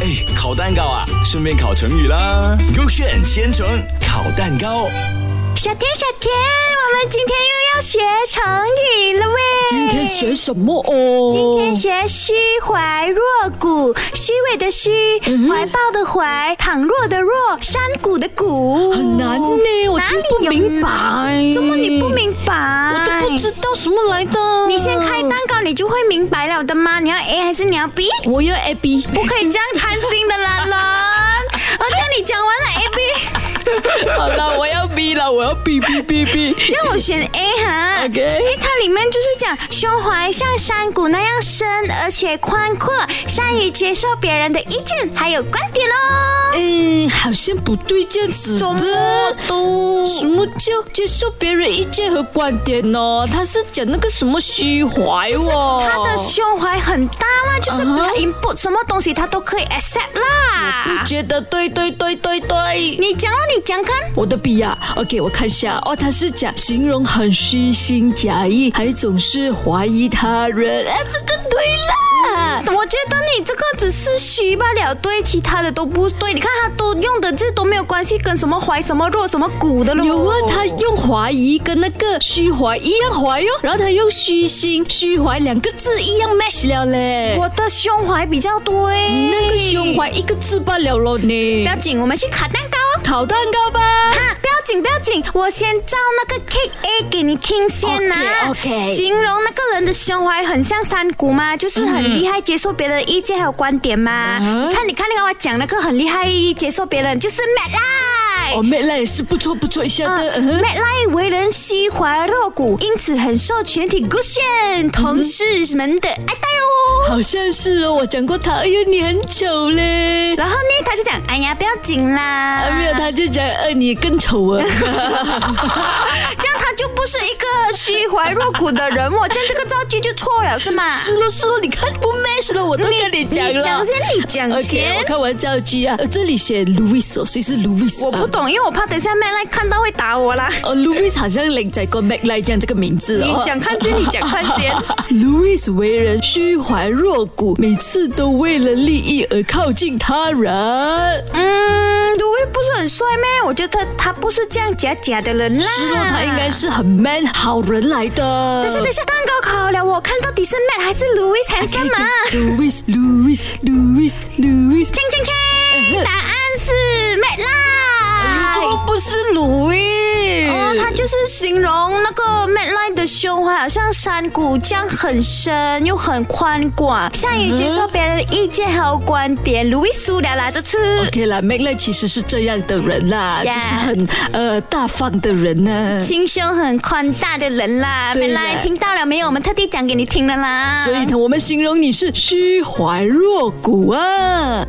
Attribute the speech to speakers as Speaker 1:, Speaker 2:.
Speaker 1: 哎，烤蛋糕啊，顺便烤成语啦。勾选千层烤蛋糕。
Speaker 2: 小天，小天，我们今天又要学成语了喂！
Speaker 3: 今天学什么哦？
Speaker 2: 今天学虚怀若谷，虚伪的虚，
Speaker 3: 嗯
Speaker 2: 怀抱的怀，倘若的若，山谷的谷。
Speaker 3: 很难呢，我
Speaker 2: 哪
Speaker 3: 听
Speaker 2: 里
Speaker 3: 不
Speaker 2: 有
Speaker 3: 明白
Speaker 2: 难。怎么你不明白？
Speaker 3: 哎我都不知。道什么来的。
Speaker 2: 你先开蛋，糕，你就会明白了的吗？你要 A 还是你要 B？
Speaker 3: 我要 A B。
Speaker 2: 不可以这样贪心的啦，伦。我叫你讲完了 A B，
Speaker 3: 好了，我要 B 了，我要 B B B B。
Speaker 2: 叫我选 A 哈。
Speaker 3: OK
Speaker 2: 诶它里面就是讲胸怀像山谷那样深，而且宽阔，善于接受别人的意见还有观点哦。
Speaker 3: 嗯，好像不对这样子
Speaker 2: 怎么
Speaker 3: 的。什么叫接受别人意见和观点呢？他是讲那个什么虚怀哦，
Speaker 2: 他的胸怀很大啦，就是
Speaker 3: 嗯哼
Speaker 2: 他 input 什么东西他都可以 accept 啦。
Speaker 3: 觉得对对对对对。
Speaker 2: 你讲了，你讲看。
Speaker 3: 我的笔呀、o k 我看一下哦，他是讲形容很虚心假意，还总是怀疑他人，哎、这个对啦。
Speaker 2: 我觉得你这个只是虚罢了，对其他的都不对。你看他都用的字都没有关系，跟什么怀、什么弱、什么骨的咯。
Speaker 3: 有啊，他用怀疑跟那个虚怀一样怀哟、然后他用虚心、虚怀两个字一样 match 了嘞。
Speaker 2: 我的胸怀比较哎对。你
Speaker 3: 那个胸怀一个字罢了咯
Speaker 2: 不
Speaker 3: 呢
Speaker 2: 要。紧，我们去烤蛋糕哦。
Speaker 3: 烤蛋糕吧。
Speaker 2: 啊，不要紧，不要紧，我先照那个 cake A 给你听先呐、
Speaker 3: OK，OK
Speaker 2: 形容那个人的胸怀很像山谷嘛，就是很厉害，接受别人的意见还有观点嘛。
Speaker 3: 嗯
Speaker 2: 你看，你看那个我讲那个很厉害，接受别人就是 mad 啦。
Speaker 3: 哦，妹来也是不错不错一下的。嗯哼
Speaker 2: Matt Lai 为人虚怀若谷，因此很受全体 good 炫同事们的爱戴哦。
Speaker 3: 好像是哦，我讲过他。哎呦，你很丑嘞。
Speaker 2: 然后呢，他就讲，哎呀，不要紧啦，
Speaker 3: 啊，没有，他就讲，呃，你更丑 啊。
Speaker 2: 这样他就不是一个虚怀若谷的人哦，这样这个造句就错了是吗？
Speaker 3: 是了是了，你看不 match 了，我都跟你讲了。
Speaker 2: 你讲先，你讲
Speaker 3: OK，我
Speaker 2: 先。
Speaker 3: 看完造句啊，呃这里写 Louis 哦，谁是 Louis？
Speaker 2: 我不懂，因为我怕等一下 Matt Lai 看到会打我啦。
Speaker 3: 哦，Louis 好像领在过 Mac 来讲这个名字
Speaker 2: 你
Speaker 3: 哦。
Speaker 2: 讲看先，你讲看 先。
Speaker 3: Louis 为人虚怀若谷，每次都为了利益而靠近他人。
Speaker 2: 嗯，卢威不是很帅咩？我觉得他不是这样假假的人啦。
Speaker 3: 失落他应该是很 man 好人来的。
Speaker 2: 等一下等一下，蛋糕烤了，我看到底是 Matt 还是 Louis 才干嘛？
Speaker 3: Louis Louis Louis Louis，
Speaker 2: 锵锵锵，答案是 Matt 啦。
Speaker 3: 不是 Louis，
Speaker 2: 哦，它就是形容那个 Matt 赖的胸怀，好像山谷这样很深又很宽广，善于接受别人的意见还有观点。Louis 输了啦，这次。
Speaker 3: 嗯 OK 啦 m a c 其实是这样的人啦
Speaker 2: Yeah
Speaker 3: 就是很呃大方的人呢、
Speaker 2: 心胸很宽大的人啦，
Speaker 3: 对
Speaker 2: 本
Speaker 3: 啦
Speaker 2: 来听到了没有？我们特地讲给你听了啦。
Speaker 3: 所以呢，我们形容你是虚怀若谷啊。